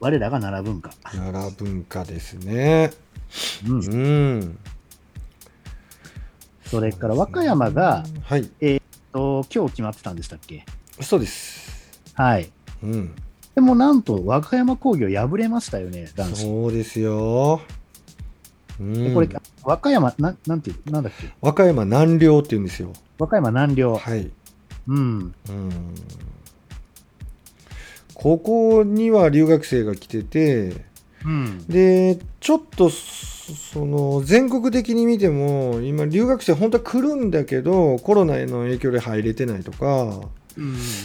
Speaker 3: 我らが奈良文化。
Speaker 2: 奈良文化ですね。
Speaker 3: うん
Speaker 2: うん。
Speaker 3: それから和歌山が、
Speaker 2: はい、
Speaker 3: と今日決まってたんでしたっけ
Speaker 2: そうです。
Speaker 3: はい。
Speaker 2: うん、
Speaker 3: でもなんと和歌山工業敗れましたよね、男子。
Speaker 2: そうですよ。うん、
Speaker 3: これ、和歌山、なんなんていう、なんだっけ
Speaker 2: 和歌山南陵って言うんですよ。
Speaker 3: 和歌山南陵。
Speaker 2: はい。
Speaker 3: うん。
Speaker 2: うん。ここには留学生が来てて、
Speaker 3: うん。
Speaker 2: で、ちょっとそ、その、全国的に見ても、今、留学生本当は来るんだけど、コロナの影響で入れてないとか、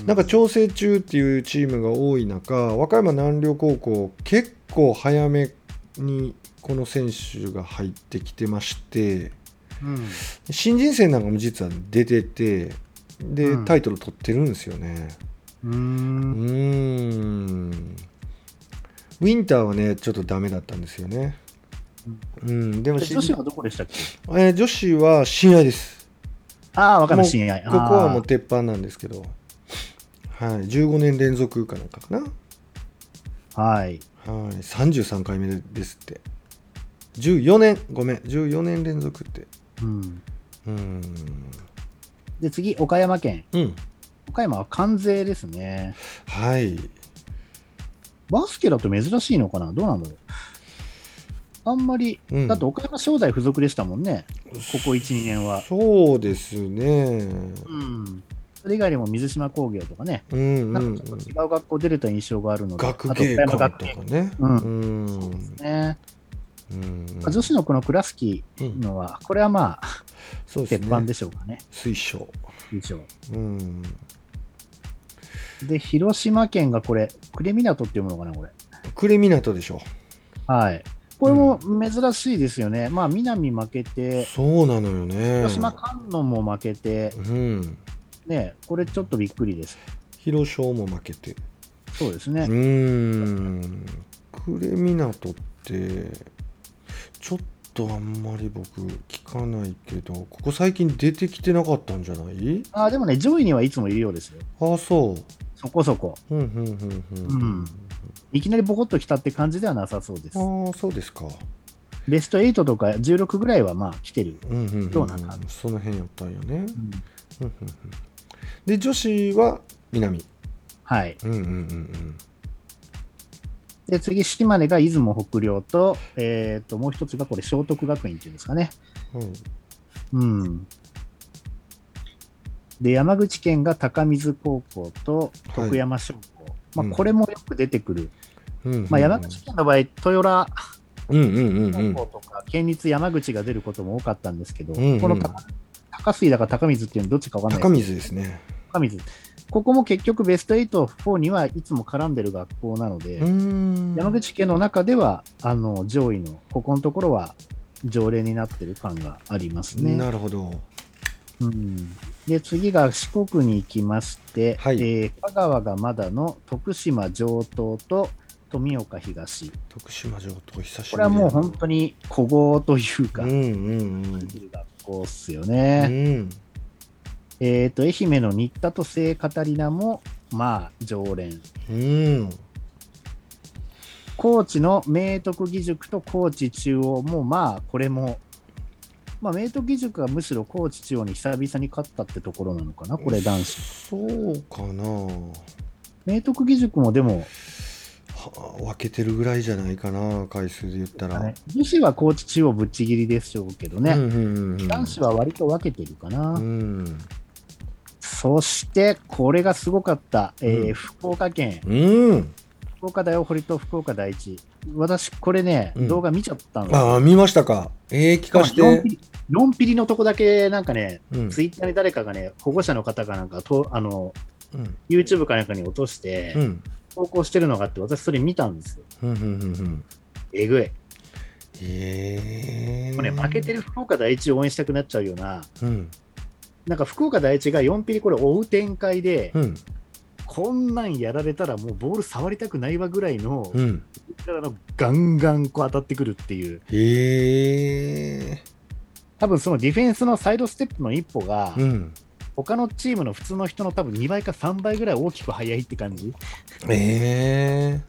Speaker 2: なんか調整中っていうチームが多い中、和歌山南陵高校、結構早めにこの選手が入ってきてまして、
Speaker 3: うん、
Speaker 2: 新人戦なんかも実は出てて、で
Speaker 3: う、ん
Speaker 2: タイトル取ってるんですよね。
Speaker 3: う
Speaker 2: うー
Speaker 3: ん。
Speaker 2: ん。ウィンターはね、ちょっとダメだったんですよね。うん、でも
Speaker 3: で女子はどこでしたっけ
Speaker 2: えー女子は親愛です。
Speaker 3: ああ、和歌山親愛。
Speaker 2: ここはも
Speaker 3: あ
Speaker 2: う鉄板なんですけど、はい、15年連続かなんかかな。
Speaker 3: あは
Speaker 2: は
Speaker 3: い。
Speaker 2: い、33回目ですって。14年、ごめん、14年連続って。
Speaker 3: うん。
Speaker 2: うーん。
Speaker 3: で、次、岡山県。
Speaker 2: うん。
Speaker 3: 岡山は関西ですね。
Speaker 2: はい。
Speaker 3: バスケだと珍しいのかなどうなんだろうあんまり、
Speaker 2: うん
Speaker 3: だって岡山商大附属でしたもんね。ここ1、2年は。
Speaker 2: そうですね。
Speaker 3: うん。それ以外にも水島工業とかね。
Speaker 2: うんう
Speaker 3: なん
Speaker 2: うん
Speaker 3: んかちょっと違う学校出れた印象があるので。
Speaker 2: 学
Speaker 3: あと
Speaker 2: 芸
Speaker 3: 岡
Speaker 2: 館
Speaker 3: 山
Speaker 2: と
Speaker 3: 学
Speaker 2: か
Speaker 3: 芸
Speaker 2: ね。
Speaker 3: うん
Speaker 2: うん。
Speaker 3: ね。
Speaker 2: うん
Speaker 3: 女子のこの倉敷
Speaker 2: うん
Speaker 3: のは、これはまあ、
Speaker 2: そうです
Speaker 3: 鉄板
Speaker 2: ね
Speaker 3: で。しょうかね。
Speaker 2: 推奨。
Speaker 3: 以上。
Speaker 2: うん。
Speaker 3: で、広島県がこれ、呉港っていうものかな、これ。
Speaker 2: 呉港でしょ。
Speaker 3: はい。これも珍しいですよね。まあ、南負けて、
Speaker 2: そうなのよね。
Speaker 3: 広島観音も負けて、
Speaker 2: うん。
Speaker 3: ね、これちょっとびっくりです。
Speaker 2: 広小も負けて。
Speaker 3: そうです
Speaker 2: う
Speaker 3: ね。
Speaker 2: ーん。呉港って、ちょっとあんまり僕聞かないけど、ここ最近出てきてなかったんじゃない
Speaker 3: ああ、でもね、上位にはいつもいるようですよ。
Speaker 2: ああ、そ
Speaker 3: そこそこ。
Speaker 2: う。うん、うん、うん、うん。
Speaker 3: いきなりボコッと来たって感じではなさそうです。
Speaker 2: ああ、そうですか。
Speaker 3: ベスト8とか16ぐらいはまあ来てる。
Speaker 2: うんうんうん、
Speaker 3: どうなんか
Speaker 2: その辺やったんよね。
Speaker 3: うん
Speaker 2: うんうんうんで、女子は南。
Speaker 3: はい。
Speaker 2: うんうんうんうん。
Speaker 3: で、次、島根が出雲北陵と、えっ、と、もう一つがこれ、聖徳学院っていうんですかね。
Speaker 2: うん
Speaker 3: うん。で、山口県が高水高校と徳山商工。
Speaker 2: うん
Speaker 3: まあ、これもよく出てくる。
Speaker 2: うんうんうん
Speaker 3: まあ、山口県の場合、豊
Speaker 2: うんうんうんうん
Speaker 3: 良高校とか、県立山口が出ることも多かったんですけど、
Speaker 2: うんうん
Speaker 3: この高高水だか高水っていうのどっちかわかんな
Speaker 2: 高
Speaker 3: い。
Speaker 2: 水ですね。
Speaker 3: 高水。ここも結局ベスト8、4にはいつも絡んでる学校なので、
Speaker 2: うーん
Speaker 3: 山口県の中では、あの、上位の、ここのところは常連になってる感がありますね。
Speaker 2: なるほど。
Speaker 3: うんで次が四国に行きまして、
Speaker 2: はい
Speaker 3: えー香川がまだの徳島上東と富岡東、
Speaker 2: 徳島城と久しぶり。
Speaker 3: これはもう本当に古豪というか、
Speaker 2: うんうんうん。
Speaker 3: できる学校っすよ
Speaker 2: う
Speaker 3: ね。
Speaker 2: ん。
Speaker 3: えーと愛媛の新田と聖カタリナも、まあ、常連。
Speaker 2: うん。
Speaker 3: 高知の明徳義塾と高知中央も、まあ、これも、まあ、明徳義塾はむしろ高知中央に久々に勝ったってところなのかな、これ男子。
Speaker 2: そうかな。
Speaker 3: 明徳義塾もでも、
Speaker 2: は分けてるぐらいじゃないかな、回数で言ったら。
Speaker 3: ね女子は高知中央ぶっちぎりでしょうけどね、
Speaker 2: うんうんうんうん、
Speaker 3: 男子は割と分けてるかな、
Speaker 2: うん。
Speaker 3: そしてこれがすごかった、えー
Speaker 2: うん
Speaker 3: 福岡県
Speaker 2: うん。
Speaker 3: 福岡大堀と福岡第一私これね、
Speaker 2: うん
Speaker 3: 動画見ちゃったの
Speaker 2: ああ、見ましたか。ええ聞かし
Speaker 3: 4
Speaker 2: て
Speaker 3: ピ。リ4ピリのとこだけなんかね、
Speaker 2: うん
Speaker 3: ツイッターに誰かがね保護者の方かなんかとあの
Speaker 2: うん。
Speaker 3: YouTube かなんかに落として
Speaker 2: うん。
Speaker 3: 投稿してるのがあって私それ見たんですよ
Speaker 2: うんうんうんうん。
Speaker 3: えぐい
Speaker 2: ええ
Speaker 3: もうね負けてる福岡第一を応援したくなっちゃうような
Speaker 2: うん。
Speaker 3: なんか福岡第一が4ピリこれ追う展開で、
Speaker 2: うん。
Speaker 3: こんなんやられたらもうボール触りたくないわぐらいの、
Speaker 2: うん。
Speaker 3: あのガンガンこう当たってくるっていう、
Speaker 2: ええ
Speaker 3: 多分そのディフェンスのサイドステップの一歩が、
Speaker 2: うん。
Speaker 3: 他のチームの普通の人の多分2倍か3倍ぐらい大きく速いって感じ。
Speaker 2: ええ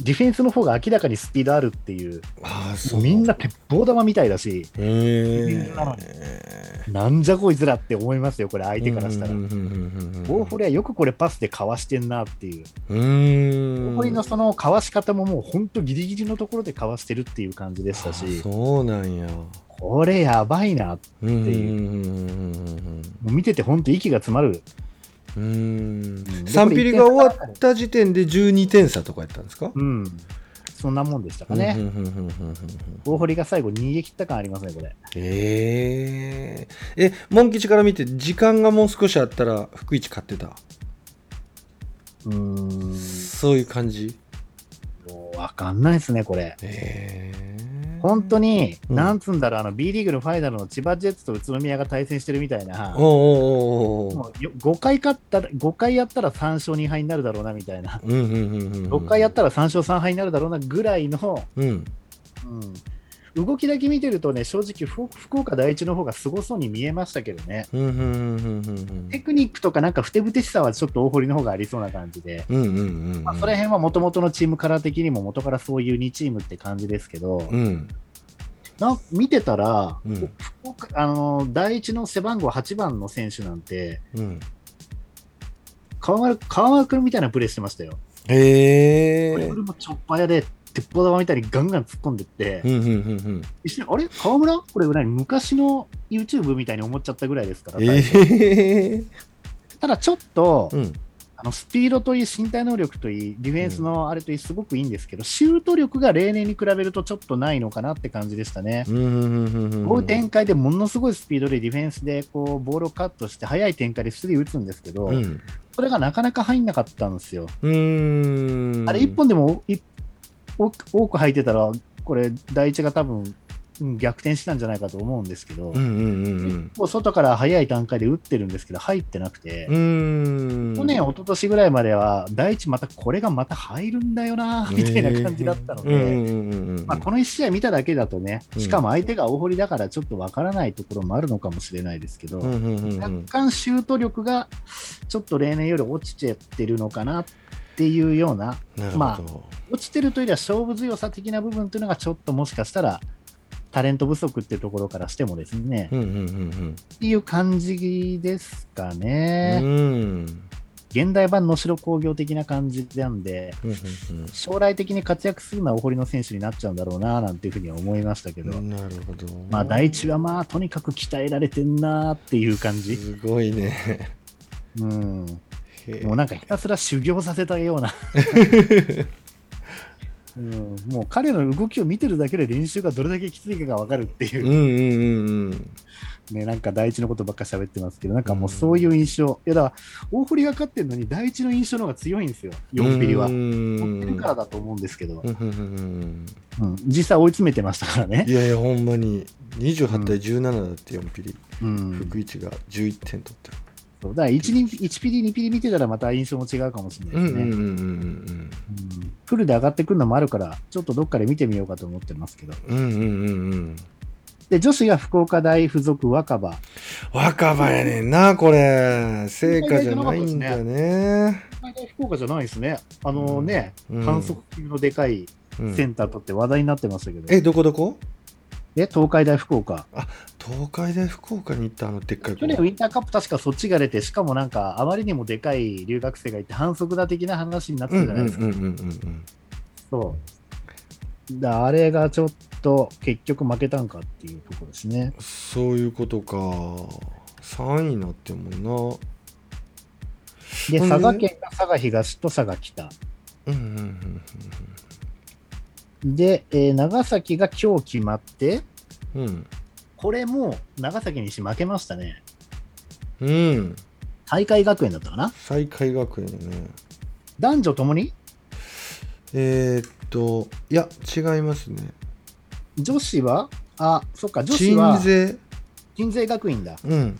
Speaker 3: ディフェンスの方が明らかにスピードあるっていう、
Speaker 2: ああ
Speaker 3: もうみんな鉄砲玉みたいだし、
Speaker 2: へえ
Speaker 3: みんなのなんじゃこいつらって思いますよ、これ、相手からしたら。大
Speaker 2: 大
Speaker 3: 堀はよくこれパスでかわしてんなっていう、
Speaker 2: うー
Speaker 3: 大
Speaker 2: ん
Speaker 3: 堀のそのかわし方ももう本当ギリギリのところでかわしてるっていう感じでした
Speaker 2: あ
Speaker 3: し、
Speaker 2: そうなんや
Speaker 3: これやばいな、
Speaker 2: うんうん
Speaker 3: もう見てて本当息が詰まる。
Speaker 2: うんうんうん
Speaker 3: うん
Speaker 2: 3ピリが終わった時点で12点差とかやったんですか
Speaker 3: うん。そんなもんでしたかね。
Speaker 2: うんうんうんうんうんうん
Speaker 3: 大堀が最後逃げ切った感ありますね、これ。
Speaker 2: えー、えモン吉から見て時間がもう少しあったら福一買ってた
Speaker 3: うん。
Speaker 2: そういう感じ
Speaker 3: もうわかんないですね、これ。
Speaker 2: ええ
Speaker 3: 本当に、
Speaker 2: うん
Speaker 3: なんつうんだろう、あの、B リーグのファイナルの千葉ジェッツと宇都宮が対戦してるみたいな、
Speaker 2: おうおうおうおう
Speaker 3: もうよ5回勝ったら、5回やったら3勝2敗になるだろうな、みたいな。
Speaker 2: うんうんうんうんうん
Speaker 3: 6回やったら3勝3敗になるだろうな、ぐらいの、
Speaker 2: うん
Speaker 3: うん、動きだけ見てるとね、正直、ふ福岡第一の方がすごそうに見えましたけどね。
Speaker 2: うんうんうんうんうん
Speaker 3: テクニックとかなんかふてぶてしさはちょっと大堀の方がありそうな感じで、
Speaker 2: うんうんうんうん
Speaker 3: まあ、それ辺はもともとのチームカラー的にも元からそういう2チームって感じですけど、
Speaker 2: うん
Speaker 3: なん見てたら、
Speaker 2: うん
Speaker 3: 福岡あの第一の背番号8番の選手なんて
Speaker 2: うん
Speaker 3: 川丸川丸君みたいなプレーしてましたよ。
Speaker 2: へえ
Speaker 3: これ
Speaker 2: ー
Speaker 3: もちょっぱやで鉄砲玉みたいにガンガン突っ込んでって、
Speaker 2: うんうんうん
Speaker 3: 一瞬あれ川村これ何昔の YouTube みたいに思っちゃったぐらいですから、
Speaker 2: うんええ
Speaker 3: ただちょっと、
Speaker 2: うん
Speaker 3: あのスピードといい身体能力といいディフェンスのあれといいすごくいいんですけど、シュート力が例年に比べるとちょっとないのかなって感じでしたね。
Speaker 2: うんうんうんうん
Speaker 3: こういう展開でものすごいスピードでディフェンスでこうボールをカットして速い展開でスリー打つんですけど、
Speaker 2: うん
Speaker 3: それがなかなか入んなかったんですよ。
Speaker 2: うーん
Speaker 3: あれ1本でもい多く多く入ってたら、これ、第一が多分うん逆転したんじゃないかと思うんですけど、
Speaker 2: うんうんうんうん
Speaker 3: もう外から早い段階で打ってるんですけど、入ってなくて、
Speaker 2: うーん
Speaker 3: 去年、一昨年ぐらいまでは、第一、またこれがまた入るんだよな、みたいな感じだったので。
Speaker 2: うんうんうんうん
Speaker 3: まあ、この1試合見ただけだとね、
Speaker 2: うん
Speaker 3: しかも相手が大堀だからちょっとわからないところもあるのかもしれないですけど、
Speaker 2: うんうんうんう
Speaker 3: 若
Speaker 2: ん
Speaker 3: 干シュート力がちょっと例年より落ちちゃってるのかなっていうような、
Speaker 2: なるほ
Speaker 3: まあ
Speaker 2: ど
Speaker 3: 落ちてるというよりは勝負強さ的な部分というのがちょっともしかしたらタレント不足っていうところからしてもですね、
Speaker 2: うんうんうん
Speaker 3: っていう感じですか
Speaker 2: うん
Speaker 3: ね。
Speaker 2: うん
Speaker 3: 現代版能代工業的な感じなんで、
Speaker 2: うん
Speaker 3: 将来的に活躍するのは大堀の選手になっちゃうんだろうななんていうふうには思いましたけ
Speaker 2: う
Speaker 3: ど、
Speaker 2: んなるほど
Speaker 3: まあ、第一はまあとにかく鍛えられてんなーっていう感じ、
Speaker 2: すごいね
Speaker 3: うん、も
Speaker 2: へえ
Speaker 3: うなんかひたすら修行させたような、 うん、もう彼の動きを見てるだけで練習がどれだけきついかが分かるっていう
Speaker 2: う、んうんうんうん
Speaker 3: ね、なんか第一のことばっか喋ってますけど、なんかもうそういう印象、いやだから大堀が勝ってるのに、第一の印象の方が強いんですよ、4ピリは。持ってるからだと思うんですけど
Speaker 2: う、んうんうん
Speaker 3: うん、実際追い詰めてましたから
Speaker 2: うんい
Speaker 3: ね。
Speaker 2: やいやほんまに28対17だって4ピリ、
Speaker 3: うん
Speaker 2: 福一が11点取って
Speaker 3: そうだから 1, 1ピリ、2ピリ見てたらまた印象も違うかもしれ
Speaker 2: る、
Speaker 3: ないですね。
Speaker 2: うんうんうん
Speaker 3: うんフルで上がってくるのもあるから、ちょっとどっかで見てみようかと思ってますけど。
Speaker 2: うんうんうんうんうん
Speaker 3: で、女子が福岡大附属若葉。
Speaker 2: 若葉やねんなこれ成果じゃないんだね
Speaker 3: 福岡じゃないですね。あのね、
Speaker 2: うん
Speaker 3: 反則級のでかい
Speaker 2: うん
Speaker 3: センターとって話題になってましたけど。
Speaker 2: えどこどこ
Speaker 3: で、東海大福岡。
Speaker 2: 東海大福岡に行ったあのでっかい子
Speaker 3: 去年ウィンターカップ確かそっちが出て、しかもなんかあまりにもでかい留学生がいて反則だ的な話になって
Speaker 2: うんう
Speaker 3: たじ
Speaker 2: んう
Speaker 3: ゃない
Speaker 2: ん
Speaker 3: ですか。
Speaker 2: うんうん
Speaker 3: そう。だあれがちょっと結局負けたんかっていうところですね。
Speaker 2: そういうことか3位になってんも
Speaker 3: で、
Speaker 2: うん
Speaker 3: 佐賀県が佐賀東と佐賀北。
Speaker 2: んなうんうんうん
Speaker 3: で、えー長崎が今日決まって、
Speaker 2: うんうん
Speaker 3: これも長崎にし負けましたね。
Speaker 2: うん
Speaker 3: 大会学園だったかな
Speaker 2: 最下位学園ね
Speaker 3: 男女ともに
Speaker 2: えー、っといや違いますね
Speaker 3: 女子は、あ、そっか、女子
Speaker 2: 鎮
Speaker 3: は
Speaker 2: 西
Speaker 3: 鎮西学院だ。
Speaker 2: うん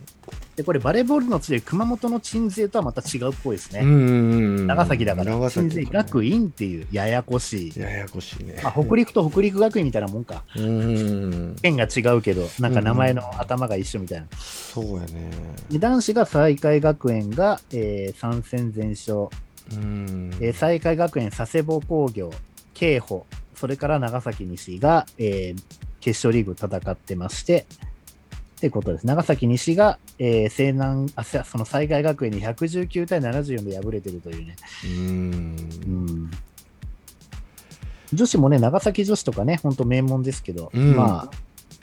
Speaker 3: で、これバレーボールの地で熊本の鎮西とはまた違うっぽいです
Speaker 2: う
Speaker 3: ね。
Speaker 2: んうんうんうん
Speaker 3: 長崎だから、
Speaker 2: 長
Speaker 3: 鎮
Speaker 2: 崎
Speaker 3: 西
Speaker 2: だから
Speaker 3: 学院っていう、ややこしい。
Speaker 2: ややこしいね
Speaker 3: まあ、北陸と北陸学院みたいなもんか。
Speaker 2: うんうんうん
Speaker 3: 県が違うけど、なんか名前の頭が一緒みたいな。
Speaker 2: そうやね
Speaker 3: で男子が西海学園が、え3戦全勝。
Speaker 2: うん
Speaker 3: えー、西海学園佐世保工業、慶保、それから長崎西が、えー決勝リーグ戦ってまして、ってことです。長崎西が、えー西南、あ、せその災害学園に119対74で敗れてるというね。
Speaker 2: うーん
Speaker 3: うん女子もね、長崎女子とかね、本当名門ですけど、
Speaker 2: うん
Speaker 3: まあ、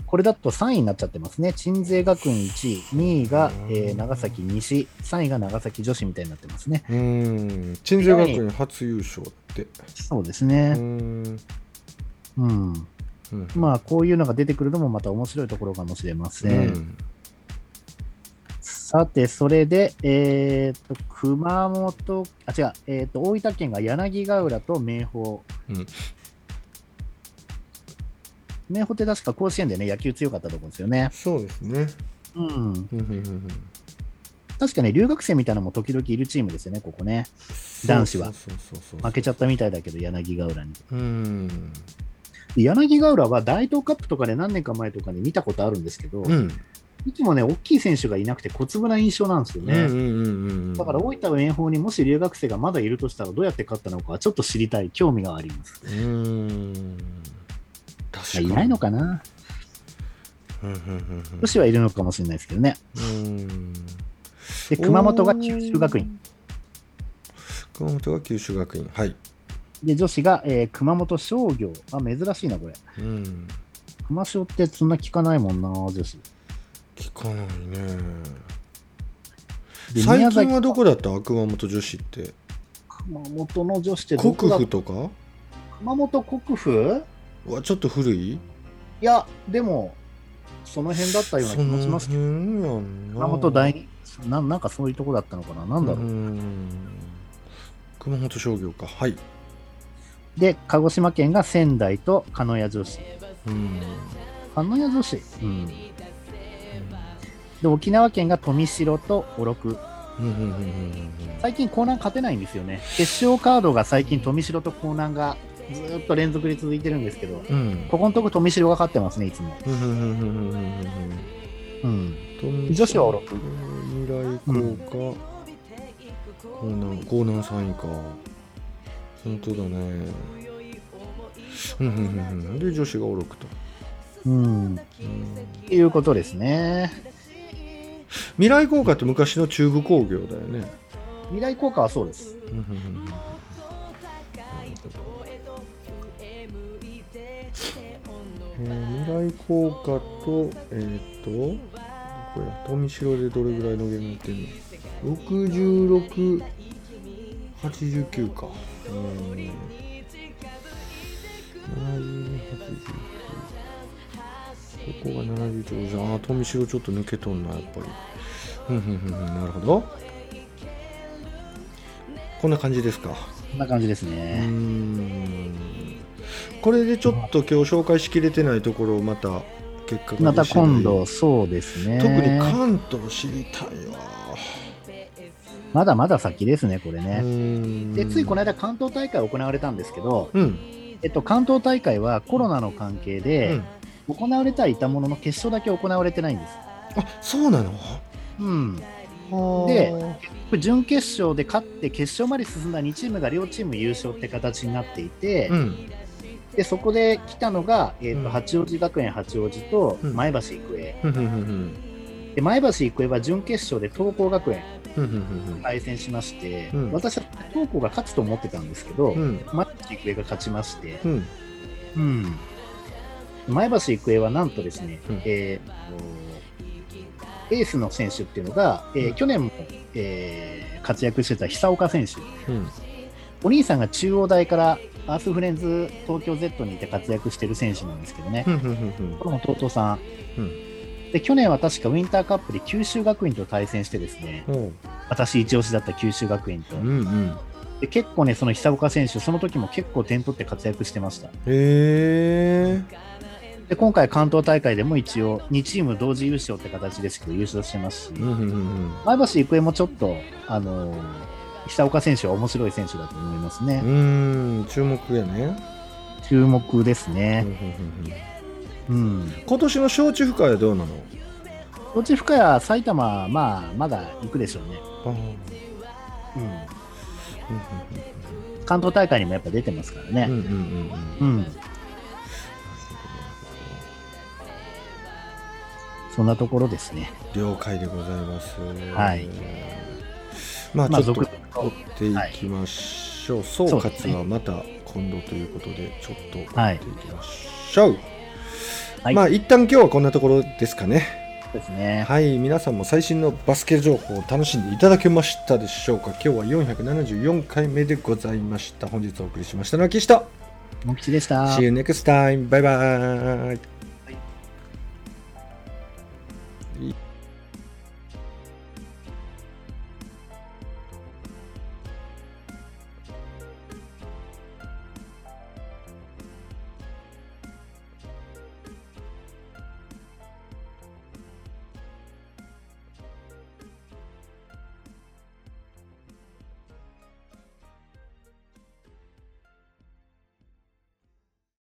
Speaker 3: これだと3位になっちゃってますね。鎮西学院1位、2位が
Speaker 2: う、ん
Speaker 3: えー長崎西、3位が長崎女子みたいになってますね。
Speaker 2: うーん鎮西学園初優勝って
Speaker 3: そうです
Speaker 2: うー
Speaker 3: ね。
Speaker 2: ん
Speaker 3: うん。
Speaker 2: うん
Speaker 3: まあ、こういうのが出てくるのもまた面白いところかもしれません。
Speaker 2: うん
Speaker 3: さて、それで、えー、と、熊本、あ、違う、えー、と、大分県が柳ヶ浦と明豊。
Speaker 2: うん
Speaker 3: 明豊って確か甲子園でね、野球強かったところですよね。
Speaker 2: そうですね
Speaker 3: うん。
Speaker 2: うんうんうんうん
Speaker 3: 確かね、留学生みたいなのも時々いるチームですよね、ここね。男子は
Speaker 2: そうそうそうそう
Speaker 3: 負けちゃったみたいだけど、柳ヶ浦に。
Speaker 2: うーん
Speaker 3: で柳ヶ浦は大東カップとかで何年か前とかに見たことあるんですけど、
Speaker 2: うん
Speaker 3: いつもね、大きい選手がいなくて小粒な印象なんですよね。
Speaker 2: うんうんうんうんうん
Speaker 3: だから大分遠方にもし留学生がまだいるとしたらどうやって勝ったのかはちょっと知りたい、興味があります。
Speaker 2: うーん確か
Speaker 3: い
Speaker 2: に
Speaker 3: ないのかな
Speaker 2: うんうんうん
Speaker 3: 女子はいるのかもしれないですけどね。
Speaker 2: うんうーん
Speaker 3: で、熊本が九州学院。
Speaker 2: 熊本が九州学院はい
Speaker 3: で、女子が、えー熊本商業。あ、珍しいな、これ。
Speaker 2: うん
Speaker 3: 熊商ってそんな聞かないもんな、女子。
Speaker 2: 聞かないね
Speaker 3: で
Speaker 2: 最
Speaker 3: 宮
Speaker 2: 近
Speaker 3: 崎
Speaker 2: はどこだった熊本女子って
Speaker 3: 熊本の女子ってど
Speaker 2: 国
Speaker 3: こだ
Speaker 2: 府とか
Speaker 3: 熊本国府
Speaker 2: うわちょっと古い
Speaker 3: いや、でも、その辺だったような気もしますけど、
Speaker 2: その辺やんな
Speaker 3: 熊本第二な、なんかそういうとこだったのかな、なんだろう。
Speaker 2: ん熊本商業かはい
Speaker 3: で、鹿児島県が仙台と鹿屋女子。
Speaker 2: うん
Speaker 3: 鹿屋女子、
Speaker 2: うん
Speaker 3: で、沖縄県が富城と小六。
Speaker 2: うんうんうんうん
Speaker 3: 最近、江南勝てないんですよね。決勝カードが最近、富城と江南がずーっと連続で続いてるんですけど、
Speaker 2: うんうん
Speaker 3: ここのとこ富城が勝ってますね、いつも。
Speaker 2: うんうんうんうんうんうん
Speaker 3: うん。
Speaker 2: うん
Speaker 3: 女子は六
Speaker 2: 未来校か江南江南3位か本当だねうんうんうんうんで女子がおろくと
Speaker 3: うん。っていうことですね。
Speaker 2: 未来工科って昔の中部工業だよね。
Speaker 3: 未来効果はそうです。
Speaker 2: えー未来工科と、えっ、と、これ、富城でどれぐらいのゲームやってんの ?66、89か。うん。79 89ここが71じゃああー富城ちょっと抜けとんなやっぱりふんふんふんふんなるほどこんな感じですか
Speaker 3: こんな感じです
Speaker 2: うー
Speaker 3: ね。
Speaker 2: んこれでちょっと今日紹介しきれてないところをまた結果が
Speaker 3: また
Speaker 2: 出次第
Speaker 3: 今度、そうですね。
Speaker 2: 特に関東知りたいわ
Speaker 3: まだまだ先ですね、これ
Speaker 2: う
Speaker 3: ね。
Speaker 2: ーん
Speaker 3: で、ついこの間、関東大会行われたんですけど、
Speaker 2: うん
Speaker 3: えっと、関東大会はコロナの関係
Speaker 2: う
Speaker 3: で
Speaker 2: ん、
Speaker 3: 行われてはいたものの、決勝だけ行われてないんです。
Speaker 2: あそうなの
Speaker 3: うん。
Speaker 2: あ
Speaker 3: で準決勝で勝って、決勝まで進んだ2チームが両チーム優勝って形になっていて、
Speaker 2: ーうん
Speaker 3: でそこで来たのが、えっ
Speaker 2: うん
Speaker 3: と八王子学園八王子と
Speaker 2: うん
Speaker 3: 前橋育英、
Speaker 2: ふんふんふんふん
Speaker 3: で前橋育英は準決勝で東光学園
Speaker 2: ふんふんふんふん
Speaker 3: 対戦しまして、
Speaker 2: うん
Speaker 3: 私は東光が勝つと思ってたんですけど、
Speaker 2: うん
Speaker 3: 前橋育英が勝ちまして、
Speaker 2: うん
Speaker 3: うん前橋育英はなんとですね、
Speaker 2: うん
Speaker 3: えーエースの選手っていうのが、えー
Speaker 2: うん
Speaker 3: 去年も、えー活躍してた久岡選手、
Speaker 2: うん
Speaker 3: お兄さんが中央大からアースフレンズ東京 Z にいて活躍してる選手なんですけどね、
Speaker 2: ふんふんふんふん
Speaker 3: これも弟さん、
Speaker 2: うん
Speaker 3: で去年は確かウィンターカップで九州学院と対戦してですね
Speaker 2: おう
Speaker 3: 私一押しだった九州学院と、
Speaker 2: うんうん
Speaker 3: で結構ねその久岡選手その時も結構点取って活躍してました
Speaker 2: へえ
Speaker 3: で今回関東大会でも一応2チーム同時優勝って形ですけど優勝してますし、
Speaker 2: うんうんうん
Speaker 3: 前橋育英もちょっとあのー久岡選手は面白い選手だと思いますね
Speaker 2: う、んうーん注目やね
Speaker 3: 注目です
Speaker 2: ふんふ
Speaker 3: ね
Speaker 2: んふんふん
Speaker 3: うん
Speaker 2: 今年の招致深はどうなの
Speaker 3: ロチ深谷埼玉まあまだ行くでしょうね
Speaker 2: あー
Speaker 3: うん関東大会にもやっぱ出てますから
Speaker 2: うんう
Speaker 3: ね。
Speaker 2: んうんうんうんうん
Speaker 3: うん、そんなところですね。
Speaker 2: 了解でございます。
Speaker 3: はい。
Speaker 2: まあ
Speaker 3: まあ
Speaker 2: ちょっと
Speaker 3: 続
Speaker 2: 追っていきましょう。総括はまた今度ということで、ちょっと追
Speaker 3: はい
Speaker 2: っていきましょう。
Speaker 3: はい
Speaker 2: まあ一旦今日はこんなところですかね。
Speaker 3: ですね。
Speaker 2: はい、皆さんも最新のバスケ情報を楽しんでいただけましたでしょうか。今日は474回目でございました。本日お送りしましたのは岸と。
Speaker 3: もきちでした。
Speaker 2: See you next time. Bye bye.